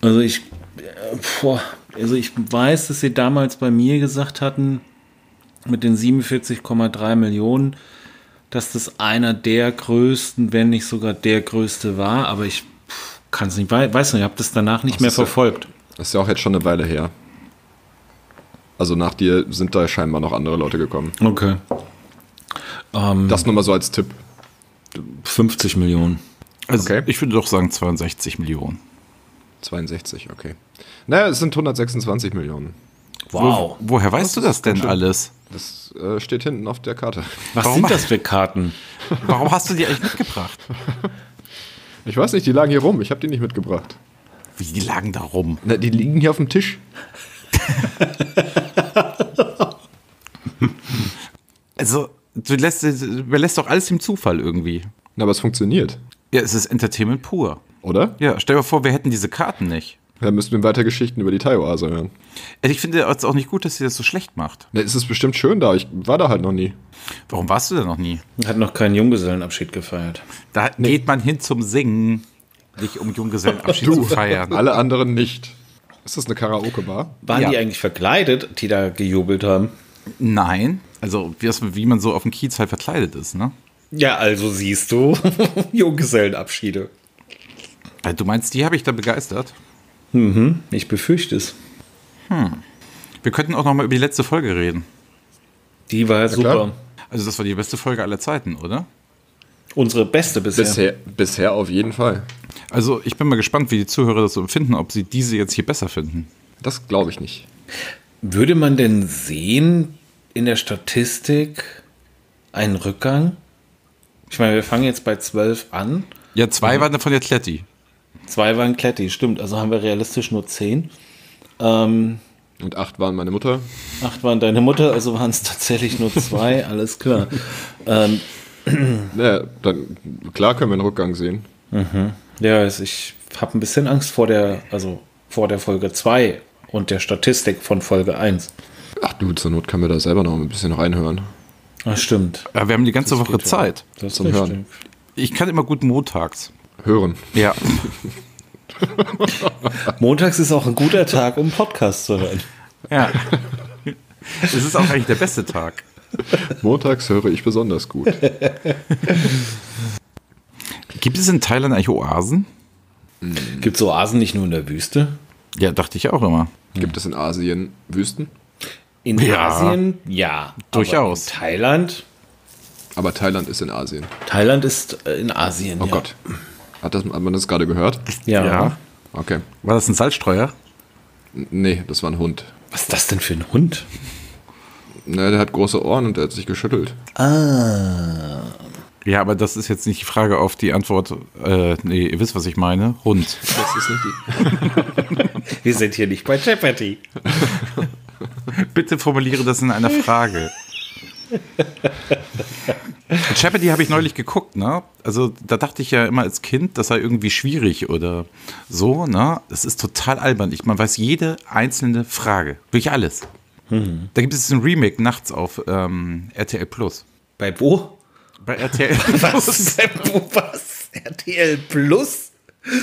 [SPEAKER 2] Also ich, äh, boah, also ich weiß, dass sie damals bei mir gesagt hatten, mit den 47,3 Millionen, dass das einer der größten, wenn nicht sogar der größte war, aber ich, pff, kann es nicht, wei- weiß nicht, ich habe das danach nicht
[SPEAKER 3] Das
[SPEAKER 2] mehr
[SPEAKER 3] ist ja-
[SPEAKER 2] verfolgt.
[SPEAKER 3] Das ist ja auch jetzt schon eine Weile her. Also nach dir sind da scheinbar noch andere Leute gekommen.
[SPEAKER 2] Okay. Ähm,
[SPEAKER 3] Das nur mal so als Tipp.
[SPEAKER 2] 50 Millionen.
[SPEAKER 1] Also
[SPEAKER 3] Okay.
[SPEAKER 1] ich würde doch sagen 62 Millionen.
[SPEAKER 3] 62, okay. Naja, es sind 126 Millionen.
[SPEAKER 2] Wow.
[SPEAKER 1] Wo, woher weißt du das denn alles?
[SPEAKER 3] Das äh, steht hinten auf der Karte.
[SPEAKER 2] Was
[SPEAKER 1] Warum-
[SPEAKER 2] sind (laughs) das für Karten?
[SPEAKER 1] Warum hast du die eigentlich mitgebracht?
[SPEAKER 3] Ich weiß nicht, die lagen hier rum. Ich habe die nicht mitgebracht.
[SPEAKER 1] Wie, die lagen da rum?
[SPEAKER 3] Na, die liegen hier auf dem Tisch.
[SPEAKER 1] Also, du lässt, du lässt doch alles dem Zufall irgendwie.
[SPEAKER 3] Na, aber es funktioniert,
[SPEAKER 1] Ja, es ist Entertainment pur.
[SPEAKER 3] oder?
[SPEAKER 1] Ja, stell dir vor, wir hätten diese Karten nicht.
[SPEAKER 3] Dann müssten wir weiter Geschichten über die Thai-Oase hören.
[SPEAKER 1] Also ich finde es auch nicht gut, dass sie das so schlecht macht.
[SPEAKER 3] Na, es ist bestimmt schön da. Ich war da halt noch nie.
[SPEAKER 1] Warum warst du denn noch nie?
[SPEAKER 2] Hat noch keinen Junggesellenabschied gefeiert.
[SPEAKER 1] Da geht man hin zum Singen, nicht um Junggesellenabschied zu (laughs) feiern.
[SPEAKER 3] Alle anderen nicht. Ist das eine Karaoke-Bar?
[SPEAKER 2] Waren
[SPEAKER 1] Ja.
[SPEAKER 2] die eigentlich verkleidet, die da gejubelt haben?
[SPEAKER 1] Nein, also wie, das- wie man so auf dem Kiez halt verkleidet ist, ne?
[SPEAKER 2] Ja, also siehst du, (laughs) Junggesellenabschiede.
[SPEAKER 1] Weil Äh, Du meinst, die habe ich da begeistert?
[SPEAKER 2] Ich befürchte es.
[SPEAKER 1] Wir könnten auch noch mal über die letzte Folge reden.
[SPEAKER 2] Die war super.
[SPEAKER 3] klar.
[SPEAKER 1] Also das war die beste Folge aller Zeiten, oder?
[SPEAKER 2] Unsere beste bisher.
[SPEAKER 3] Bisher, bisher auf jeden Fall.
[SPEAKER 1] Also ich bin mal gespannt, wie die Zuhörer das so empfinden, ob sie diese jetzt hier besser finden.
[SPEAKER 3] Das glaube ich nicht.
[SPEAKER 2] Würde man denn sehen in der Statistik einen Rückgang? Ich meine, wir fangen jetzt bei 12 an.
[SPEAKER 1] Ja, zwei waren von der Kletti.
[SPEAKER 2] Zwei waren Kletti, stimmt. Also haben wir realistisch nur 10. Ähm,
[SPEAKER 3] Und acht waren meine Mutter.
[SPEAKER 2] acht waren deine Mutter, also waren es tatsächlich nur (laughs) zwei. alles klar. Ähm,
[SPEAKER 3] Naja, dann klar können wir einen Rückgang sehen.
[SPEAKER 2] Ja, also ich habe ein bisschen Angst vor der, also vor der Folge 2 und der Statistik von Folge 1.
[SPEAKER 3] Ach du, zur Not können wir da selber noch ein bisschen reinhören.
[SPEAKER 2] Ah, stimmt.
[SPEAKER 1] Aber Äh, wir haben die ganze Woche Zeit.
[SPEAKER 2] Das
[SPEAKER 3] Zum
[SPEAKER 2] richtig.
[SPEAKER 3] Hören.
[SPEAKER 1] Ich kann immer gut montags.
[SPEAKER 3] Hören.
[SPEAKER 1] Ja.
[SPEAKER 2] Montags ist auch ein guter Tag, um Podcast zu hören.
[SPEAKER 1] (laughs) ja. Es ist auch eigentlich der beste Tag.
[SPEAKER 3] Montags höre ich besonders gut.
[SPEAKER 1] Gibt es in Thailand eigentlich Oasen?
[SPEAKER 2] Gibt es Oasen nicht nur in der Wüste?
[SPEAKER 1] Ja, dachte ich auch immer.
[SPEAKER 3] (laughs) Gibt es in Asien Wüsten?
[SPEAKER 2] In
[SPEAKER 1] Ja.
[SPEAKER 2] Asien? Ja.
[SPEAKER 1] Durchaus.
[SPEAKER 2] Aber in Thailand?
[SPEAKER 3] Aber Thailand ist in Asien.
[SPEAKER 2] Thailand ist äh, in Asien.
[SPEAKER 3] Oh
[SPEAKER 2] ja.
[SPEAKER 3] Gott. Hat, das, hat man das gerade (laughs) gehört?
[SPEAKER 2] Ja.
[SPEAKER 1] Ja.
[SPEAKER 3] Okay.
[SPEAKER 1] War das ein Salzstreuer?
[SPEAKER 3] N- Nee, das war ein Hund.
[SPEAKER 2] Was ist das denn für ein Hund?
[SPEAKER 3] Ne, der hat große Ohren und der hat sich geschüttelt.
[SPEAKER 1] Ja, aber das ist jetzt nicht die Frage auf die Antwort. Äh, nee, ihr wisst, was ich meine. Hund.
[SPEAKER 3] Das ist nicht die.
[SPEAKER 2] Wir sind hier nicht bei Jeopardy.
[SPEAKER 1] Bitte formuliere das in einer
[SPEAKER 3] (laughs)
[SPEAKER 1] Frage. Und Jeopardy habe ich neulich geguckt, ne? Also da dachte ich ja immer als Kind, das sei irgendwie schwierig oder so, ne? Das ist total albern. Ich, man weiß jede einzelne Frage. Durch alles.
[SPEAKER 3] Hm.
[SPEAKER 1] Da gibt es ein Remake nachts auf ähm, RTL Plus.
[SPEAKER 2] Bei wo?
[SPEAKER 1] Bei
[SPEAKER 3] (laughs)
[SPEAKER 1] RTL Plus.
[SPEAKER 2] Was? (laughs) Bei wo was? RTL Plus?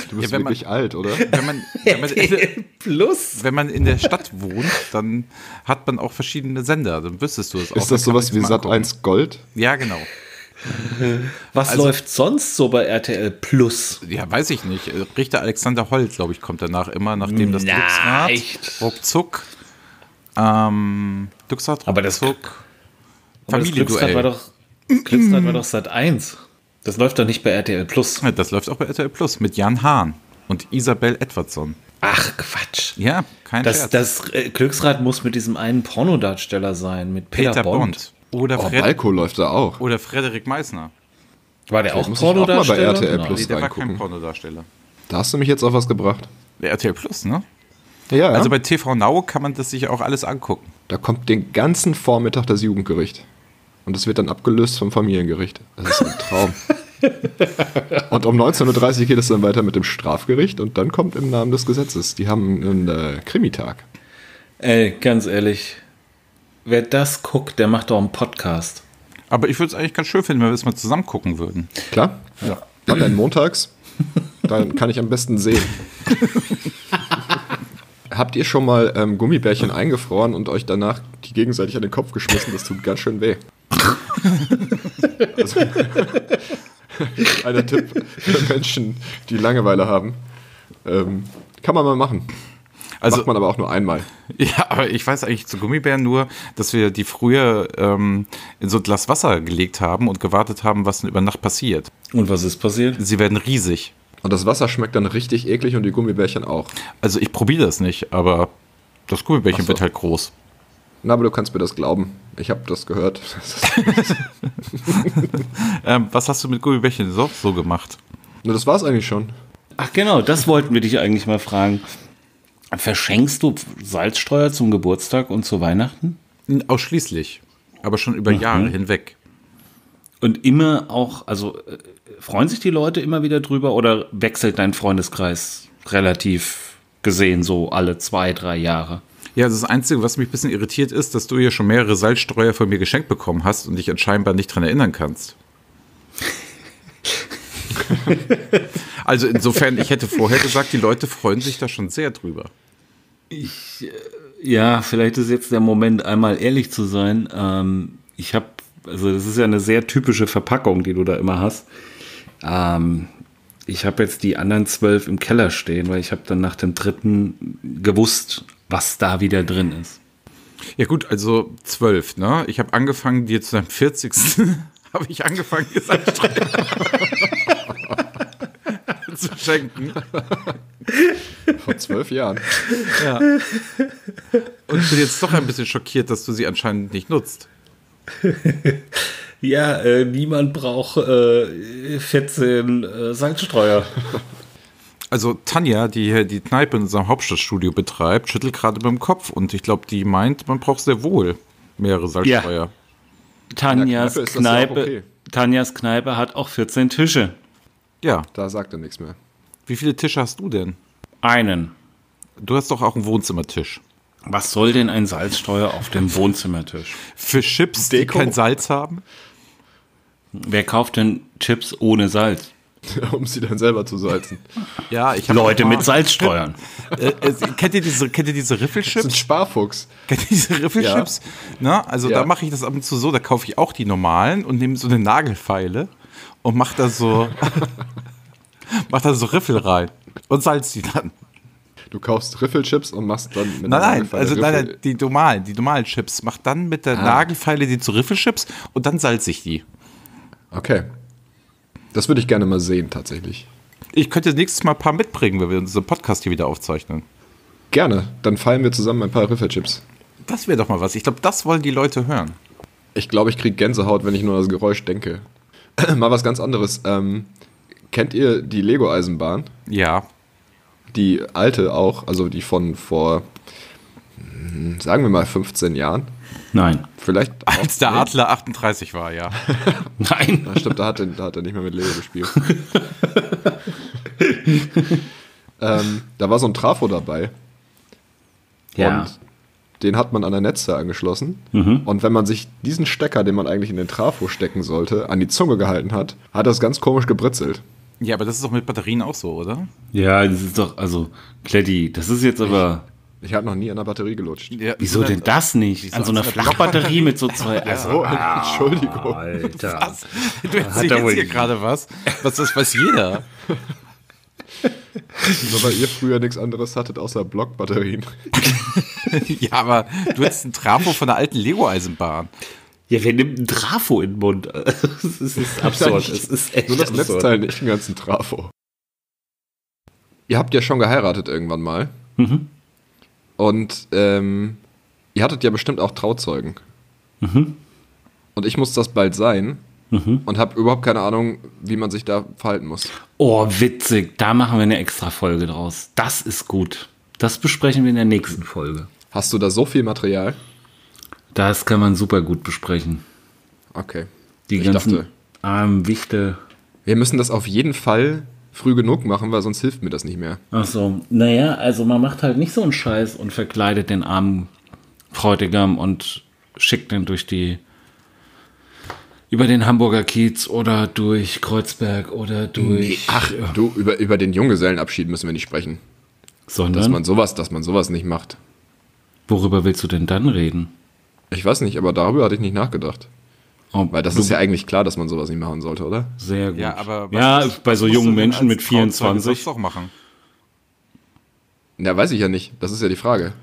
[SPEAKER 3] Du bist
[SPEAKER 1] Ja, wenn man-
[SPEAKER 3] wirklich alt, (laughs) oder?
[SPEAKER 1] Wenn man, wenn, man in der,
[SPEAKER 2] RTL Plus?
[SPEAKER 1] wenn man in der Stadt wohnt, dann hat man auch verschiedene Sender. Dann wüsstest du es auch.
[SPEAKER 3] Ist das
[SPEAKER 1] Dann kann
[SPEAKER 3] sowas wie
[SPEAKER 1] man's mal
[SPEAKER 3] Sat
[SPEAKER 1] angucken.
[SPEAKER 3] 1 Gold?
[SPEAKER 1] Ja, genau.
[SPEAKER 2] Was läuft sonst so bei RTL Plus?
[SPEAKER 1] Ja, weiß ich nicht. Richter Alexander Holt, glaube ich, kommt danach immer, nachdem das
[SPEAKER 2] Na,
[SPEAKER 1] Glücksrad
[SPEAKER 2] echt?
[SPEAKER 1] ruckzuck. Ähm, Glücksrad
[SPEAKER 2] Aber das-
[SPEAKER 1] ruckzuck.
[SPEAKER 2] Aber das Glücksrad war
[SPEAKER 1] Familienduell.
[SPEAKER 2] doch das Glücksrad war doch Sat 1. Das läuft doch nicht bei RTL Plus.
[SPEAKER 1] Das, das läuft auch bei RTL Plus mit Jan Hahn und Isabel Edwardson.
[SPEAKER 2] Ach Quatsch.
[SPEAKER 1] Ja, kein
[SPEAKER 2] Das,
[SPEAKER 1] Scherz.
[SPEAKER 2] das äh, Glücksrad muss mit diesem einen Pornodarsteller sein, mit Peter,
[SPEAKER 1] Peter
[SPEAKER 2] Bond.
[SPEAKER 1] Bond. Oder,
[SPEAKER 3] Oh,
[SPEAKER 1] Fred
[SPEAKER 3] Balko läuft da auch.
[SPEAKER 1] oder Frederik Meissner.
[SPEAKER 2] War der auch
[SPEAKER 3] muss ich auch mal bei
[SPEAKER 2] Pornodarsteller? Genau.
[SPEAKER 3] RTL
[SPEAKER 2] Nein.
[SPEAKER 3] Plus.
[SPEAKER 1] Nee, der war
[SPEAKER 3] reingucken.
[SPEAKER 1] kein Pornodarsteller.
[SPEAKER 3] Da hast du mich jetzt auf was gebracht.
[SPEAKER 1] Der RTL Plus, ne?
[SPEAKER 3] Ja,
[SPEAKER 1] Also
[SPEAKER 3] also
[SPEAKER 1] bei TV Now kann man das sich auch alles angucken.
[SPEAKER 3] da kommt den ganzen Vormittag das Jugendgericht. Und das wird dann abgelöst vom Familiengericht. Das ist ein (laughs) Traum. und um 19.30 Uhr geht es dann weiter mit dem Strafgericht und dann kommt im Namen des Gesetzes. Die haben einen äh, Krimitag.
[SPEAKER 2] Ey, ganz ehrlich. Wer das guckt, der macht doch einen Podcast.
[SPEAKER 1] Aber ich würde es eigentlich ganz schön finden, wenn wir es mal zusammen gucken würden.
[SPEAKER 3] Klar? Ja. Dann dann montags. Dann kann ich am besten sehen. Habt ihr schon mal ähm, Gummibärchen eingefroren und euch danach die gegenseitig an den Kopf geschmissen? Das tut ganz schön weh. also, kleiner Tipp für Menschen, die Langeweile haben. Ähm, kann man mal machen.
[SPEAKER 1] Also-
[SPEAKER 3] Macht man aber auch nur einmal.
[SPEAKER 1] (laughs) Ja, aber ich weiß eigentlich zu Gummibären nur, dass wir die früher ähm, in so ein Glas Wasser gelegt haben und gewartet haben, was denn über Nacht passiert.
[SPEAKER 2] Und was ist passiert?
[SPEAKER 1] Sie werden riesig.
[SPEAKER 3] Und das Wasser schmeckt dann richtig eklig und die Gummibärchen auch.
[SPEAKER 1] Also ich probiere das nicht, aber das Gummibärchen
[SPEAKER 3] Ach so.
[SPEAKER 1] wird halt groß.
[SPEAKER 3] Na, aber du kannst mir das glauben. Ich habe das gehört. (laughs)
[SPEAKER 1] Ähm, was hast du mit Gummibärchen so, so gemacht?
[SPEAKER 3] Nur das war's eigentlich schon.
[SPEAKER 2] Ach genau, das wollten wir dich eigentlich mal fragen. Verschenkst du Salzstreuer zum Geburtstag und zu Weihnachten?
[SPEAKER 1] N- Ausschließlich, aber schon über Jahre hinweg.
[SPEAKER 2] Und immer auch, also äh, freuen sich die Leute immer wieder drüber oder wechselt dein Freundeskreis relativ gesehen so alle zwei, drei Jahre?
[SPEAKER 1] Ja, also das Einzige, was mich ein bisschen irritiert ist, dass du ja schon mehrere Salzstreuer von mir geschenkt bekommen hast und dich anscheinend nicht dran erinnern kannst. also insofern, ich hätte vorher gesagt, die Leute freuen sich da schon sehr drüber.
[SPEAKER 2] Ja, vielleicht ist jetzt der Moment, einmal ehrlich zu sein. Ähm, ich habe, also das ist ja eine sehr typische Verpackung, die du da immer hast. Ähm, ich habe jetzt die anderen zwölf im Keller stehen, weil ich habe dann nach dem dritten gewusst, was da wieder drin ist.
[SPEAKER 1] Ja gut, also zwölf, ne? Ich habe angefangen, dir zu deinem 40. (laughs) habe ich angefangen, dir Salzstreuer (laughs) zu schenken.
[SPEAKER 3] Vor zwölf Jahren.
[SPEAKER 1] Und bin jetzt doch ein bisschen schockiert, dass du sie anscheinend nicht nutzt.
[SPEAKER 2] Ja, äh, niemand braucht 14 Salzstreuer.
[SPEAKER 1] Also Tanja, die hier die Kneipe in unserem Hauptstadtstudio betreibt, schüttelt gerade beim Kopf und ich glaube, die meint, man braucht sehr wohl mehrere Salzstreuer.
[SPEAKER 2] Tanjas
[SPEAKER 3] In der Kneipe ist das ja auch
[SPEAKER 2] Kneipe,
[SPEAKER 3] okay.
[SPEAKER 2] Tanjas Kneipe hat auch 14 Tische.
[SPEAKER 1] Ja.
[SPEAKER 3] Da sagt er nichts mehr. (laughs)
[SPEAKER 1] Wie viele Tische hast du denn?
[SPEAKER 2] Einen.
[SPEAKER 1] Du hast doch auch einen Wohnzimmertisch.
[SPEAKER 2] Was soll denn ein Salzstreuer auf dem Wohnzimmertisch?
[SPEAKER 1] Für Chips,
[SPEAKER 3] Deko.
[SPEAKER 1] die kein Salz haben?
[SPEAKER 2] Wer kauft denn Chips ohne Salz?
[SPEAKER 3] um sie dann selber
[SPEAKER 1] (laughs)
[SPEAKER 3] zu salzen.
[SPEAKER 1] Ja, ich hab
[SPEAKER 2] Leute
[SPEAKER 1] auch mal-
[SPEAKER 2] mit Salzstreuern.
[SPEAKER 1] Äh, äh, kennt ihr diese, kennt ihr diese
[SPEAKER 3] Das ist ein
[SPEAKER 1] Riffelchips?
[SPEAKER 3] Sparfuchs.
[SPEAKER 1] Kennt ihr diese Riffelchips? Na, also
[SPEAKER 3] Ja.
[SPEAKER 1] da mache ich das ab und zu so, da kaufe ich auch die normalen und nehme so eine Nagelfeile und mache da so, (laughs) mach da so Riffel rein und salz die dann.
[SPEAKER 3] Du kaufst Riffelchips und machst dann mit einer
[SPEAKER 1] Nein, nein,
[SPEAKER 3] Nagelfeile
[SPEAKER 1] also nein, nein,
[SPEAKER 3] Riffel.
[SPEAKER 1] die normalen, die normalen Chips. Mach dann mit
[SPEAKER 2] Ah.
[SPEAKER 1] der Nagelfeile die zu Riffelchips und dann salze ich die.
[SPEAKER 3] Okay. Das würde ich gerne mal sehen, tatsächlich.
[SPEAKER 1] Ich könnte nächstes Mal ein paar mitbringen, wenn wir unseren Podcast hier wieder aufzeichnen.
[SPEAKER 3] Gerne. Dann fallen wir zusammen ein paar Riffelchips.
[SPEAKER 1] Das wäre doch mal was. Ich glaube, das wollen die Leute hören.
[SPEAKER 3] Ich glaube, ich kriege Gänsehaut, wenn ich nur an das Geräusch denke. (clears throat) mal was ganz anderes. Ähm, kennt ihr die Lego-Eisenbahn?
[SPEAKER 1] Ja.
[SPEAKER 3] Die alte auch, also die von vor, hm, sagen wir mal, 15 Jahren.
[SPEAKER 2] Nein.
[SPEAKER 3] Vielleicht. auch-
[SPEAKER 1] Als der
[SPEAKER 3] Nee.
[SPEAKER 1] Adler 38 war, ja.
[SPEAKER 2] Nein.
[SPEAKER 3] Ja, stimmt, da hat, er, da hat er nicht mehr mit Lego
[SPEAKER 2] (laughs)
[SPEAKER 3] gespielt. ähm, da war so ein Trafo dabei.
[SPEAKER 2] Ja. Mhm.
[SPEAKER 3] Und den hat man an der Netze angeschlossen. Und wenn man sich diesen Stecker, den man eigentlich in den Trafo stecken sollte, an die Zunge gehalten hat, hat das ganz komisch gebritzelt.
[SPEAKER 1] Ja, aber das ist doch mit Batterien auch so, oder?
[SPEAKER 2] Ja, das ist doch, also, Kletti, das ist jetzt aber.
[SPEAKER 3] Ich habe noch nie an der Batterie gelutscht.
[SPEAKER 1] Ja,
[SPEAKER 2] Wieso denn das nicht? An so einer Flachbatterie mit so zwei. Also,
[SPEAKER 3] (laughs) Oh, Entschuldigung.
[SPEAKER 2] Alter.
[SPEAKER 1] Was? Du erzählst
[SPEAKER 2] er wohl
[SPEAKER 1] jetzt hier
[SPEAKER 2] nicht.
[SPEAKER 1] gerade was. Was das weiß jeder.
[SPEAKER 3] Nur weil ihr früher nichts anderes hattet
[SPEAKER 2] (laughs)
[SPEAKER 3] außer Blockbatterien.
[SPEAKER 1] ja, aber du hättest einen Trafo von der alten Lego-Eisenbahn.
[SPEAKER 2] Ja, wer nimmt einen Trafo in den Mund? (laughs) Es ist, es ist absurd. Es ist echt
[SPEAKER 3] Nur das
[SPEAKER 2] absurd.
[SPEAKER 3] letzte Teil, nicht den ganzen Trafo. Ihr habt ja schon geheiratet irgendwann mal.
[SPEAKER 2] Mhm.
[SPEAKER 3] Und ähm, ihr hattet ja bestimmt auch Trauzeugen.
[SPEAKER 2] Mhm.
[SPEAKER 3] Und ich muss das bald sein
[SPEAKER 2] Mhm.
[SPEAKER 3] und habe überhaupt keine Ahnung, wie man sich da verhalten muss.
[SPEAKER 2] Oh, witzig. Da machen wir eine extra Folge draus. Das ist gut. Das besprechen wir in der nächsten Folge.
[SPEAKER 3] Hast du da so viel Material?
[SPEAKER 2] Das kann man super gut besprechen.
[SPEAKER 3] Okay.
[SPEAKER 2] Die
[SPEAKER 3] ich
[SPEAKER 2] ganzen
[SPEAKER 3] dachte,
[SPEAKER 2] armen Wichte.
[SPEAKER 3] wir müssen das auf jeden Fall früh genug machen, weil sonst hilft mir das nicht mehr.
[SPEAKER 2] Ach so. Naja, also man macht halt nicht so einen Scheiß und verkleidet den armen Bräutigam und schickt den durch die. über den Hamburger Kiez oder durch Kreuzberg oder durch.
[SPEAKER 3] Ach, du, über, über den Junggesellenabschied müssen wir nicht sprechen. Dass
[SPEAKER 2] sondern.
[SPEAKER 3] man sowas, dass man sowas nicht macht.
[SPEAKER 2] Worüber willst du denn dann reden?
[SPEAKER 3] Ich weiß nicht, aber darüber hatte ich nicht nachgedacht.
[SPEAKER 2] Oh,
[SPEAKER 3] Weil das
[SPEAKER 2] du-
[SPEAKER 3] ist ja eigentlich klar, dass man sowas nicht machen sollte, oder?
[SPEAKER 2] Sehr gut.
[SPEAKER 1] Ja, aber was-
[SPEAKER 2] ja bei so
[SPEAKER 1] was
[SPEAKER 2] jungen
[SPEAKER 1] musst du denn
[SPEAKER 2] Menschen
[SPEAKER 1] als
[SPEAKER 2] mit
[SPEAKER 1] Trauzeuge sonst
[SPEAKER 2] 24.
[SPEAKER 1] doch machen.
[SPEAKER 3] Na, weiß ich ja nicht. Das ist ja die Frage.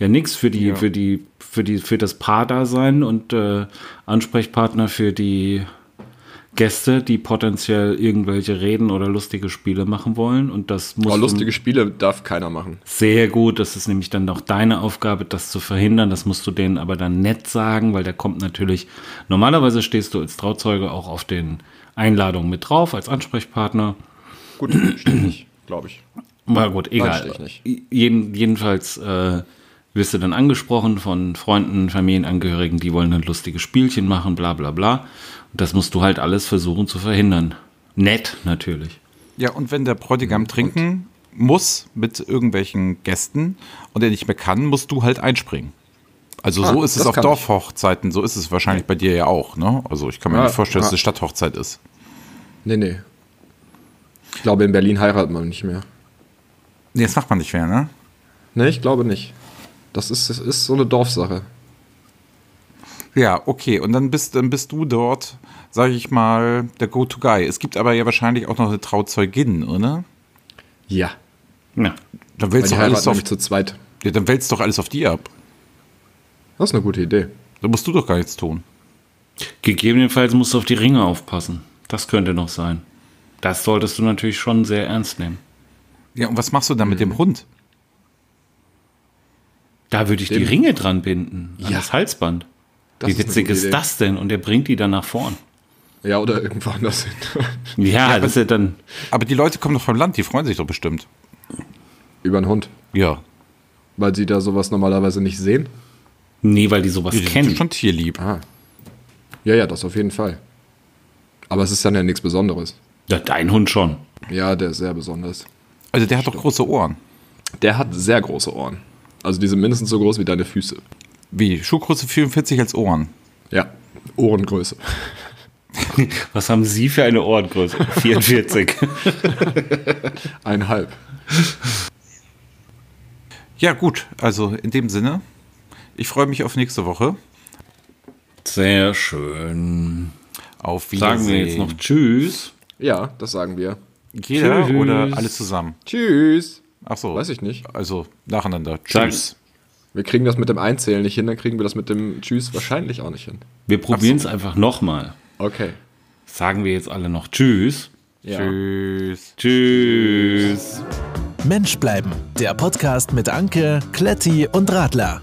[SPEAKER 2] Ja, nix für die, für die, für die, für das Paar-Dasein und äh, Ansprechpartner für die Gäste, die potenziell irgendwelche Reden oder lustige Spiele machen wollen. Und das muss
[SPEAKER 3] Aber Ah, lustige Spiele darf keiner machen.
[SPEAKER 2] sehr gut. Das ist nämlich dann auch deine Aufgabe, das zu verhindern. Das musst du denen aber dann nett sagen, weil der kommt natürlich. Normalerweise stehst du als Trauzeuge auch auf den Einladungen mit drauf, als Ansprechpartner.
[SPEAKER 3] Gut, stimmt nicht, glaube ich.
[SPEAKER 2] Na gut, egal.
[SPEAKER 3] stehe ich nicht.
[SPEAKER 2] Jeden, jedenfalls äh, wirst du dann angesprochen von Freunden, Familienangehörigen, die wollen dann lustige Spielchen machen, bla bla bla. Und das musst du halt alles versuchen zu verhindern. Nett natürlich.
[SPEAKER 1] Ja, und wenn der Bräutigam trinken muss mit irgendwelchen Gästen und er nicht mehr kann, musst du halt einspringen. Also so
[SPEAKER 3] Ah,
[SPEAKER 1] ist es
[SPEAKER 3] das
[SPEAKER 1] auf
[SPEAKER 3] kann ich.
[SPEAKER 1] Dorfhochzeiten, so ist es wahrscheinlich bei dir ja auch, ne? Also ich kann mir
[SPEAKER 3] Ja,
[SPEAKER 1] nicht vorstellen, dass
[SPEAKER 3] ja.
[SPEAKER 1] es Stadthochzeit ist.
[SPEAKER 3] Nee, nee. Ich glaube, in Berlin heiratet man nicht mehr.
[SPEAKER 1] Nee, das macht man nicht mehr, ne?
[SPEAKER 3] Nee, ich glaube nicht. Das ist, das ist so eine Dorfsache.
[SPEAKER 1] Ja, okay. Und dann bist, dann bist du dort, sage ich mal, der Go-To-Guy. Es gibt aber ja wahrscheinlich auch noch eine Trauzeugin, ne? oder?
[SPEAKER 3] Ja.
[SPEAKER 1] Dann
[SPEAKER 2] Ja.
[SPEAKER 3] Weil
[SPEAKER 1] wälzt,
[SPEAKER 3] die
[SPEAKER 1] doch alles
[SPEAKER 3] heiraten
[SPEAKER 1] auf,
[SPEAKER 3] nämlich zu zweit.
[SPEAKER 1] ja, dann wälzt doch alles auf die ab.
[SPEAKER 3] Das ist eine gute Idee.
[SPEAKER 1] Da musst du doch gar nichts tun.
[SPEAKER 2] Gegebenenfalls musst du auf die Ringe aufpassen. Das könnte noch sein. Das solltest du natürlich schon sehr ernst nehmen.
[SPEAKER 1] Ja, und was machst du dann mit dem Hund?
[SPEAKER 2] Da würde ich die Ringe dran binden, an
[SPEAKER 3] Ja.
[SPEAKER 2] das Halsband.
[SPEAKER 3] Das
[SPEAKER 2] Wie
[SPEAKER 3] ist eine
[SPEAKER 2] witzig
[SPEAKER 3] gute
[SPEAKER 2] ist
[SPEAKER 3] Idee.
[SPEAKER 2] das denn? Und er bringt die dann nach vorn.
[SPEAKER 3] Ja, oder irgendwo anders hin. (laughs)
[SPEAKER 2] Ja, das ist ja dann.
[SPEAKER 1] Aber die Leute kommen doch vom Land, die freuen sich doch bestimmt.
[SPEAKER 3] Über einen Hund.
[SPEAKER 1] Ja.
[SPEAKER 3] Weil sie da sowas normalerweise nicht sehen. Ah.
[SPEAKER 2] Nee, weil die sowas
[SPEAKER 1] Die sind
[SPEAKER 2] kennen.
[SPEAKER 1] schon tierlieb.
[SPEAKER 3] Ja, ja, das auf jeden Fall. Aber es ist dann ja nichts Besonderes.
[SPEAKER 2] Ja, dein Hund schon.
[SPEAKER 3] Ja, der ist sehr besonders.
[SPEAKER 1] Also der hat doch große Ohren.
[SPEAKER 3] Der hat sehr große Ohren. Also die sind mindestens so groß wie deine Füße.
[SPEAKER 1] Wie? Schuhgröße 44 als Ohren.
[SPEAKER 3] Ja, Ohrengröße.
[SPEAKER 2] Was haben Sie für eine Ohrengröße? (laughs) 44.
[SPEAKER 3] Einhalb.
[SPEAKER 1] Ja, gut. Also in dem Sinne, ich freue mich auf nächste Woche.
[SPEAKER 2] Sehr schön.
[SPEAKER 1] Auf Wiedersehen.
[SPEAKER 2] Sagen wir jetzt noch Tschüss.
[SPEAKER 3] Ja, das sagen wir.
[SPEAKER 1] jeder
[SPEAKER 2] Tschüss.
[SPEAKER 1] oder alle zusammen?
[SPEAKER 3] Tschüss.
[SPEAKER 1] Ach so.
[SPEAKER 3] Weiß ich nicht.
[SPEAKER 1] Also nacheinander.
[SPEAKER 2] Sag-
[SPEAKER 1] Tschüss.
[SPEAKER 3] Wir kriegen das mit dem Einzählen nicht hin, dann kriegen wir das mit dem Tschüss wahrscheinlich auch nicht hin.
[SPEAKER 2] Wir probieren es einfach nochmal.
[SPEAKER 3] Okay.
[SPEAKER 2] Sagen wir jetzt alle noch Tschüss.
[SPEAKER 3] Ja.
[SPEAKER 1] Tschüss.
[SPEAKER 2] Tschüss.
[SPEAKER 4] Mensch bleiben, der Podcast mit Anke, Kletti und Radler.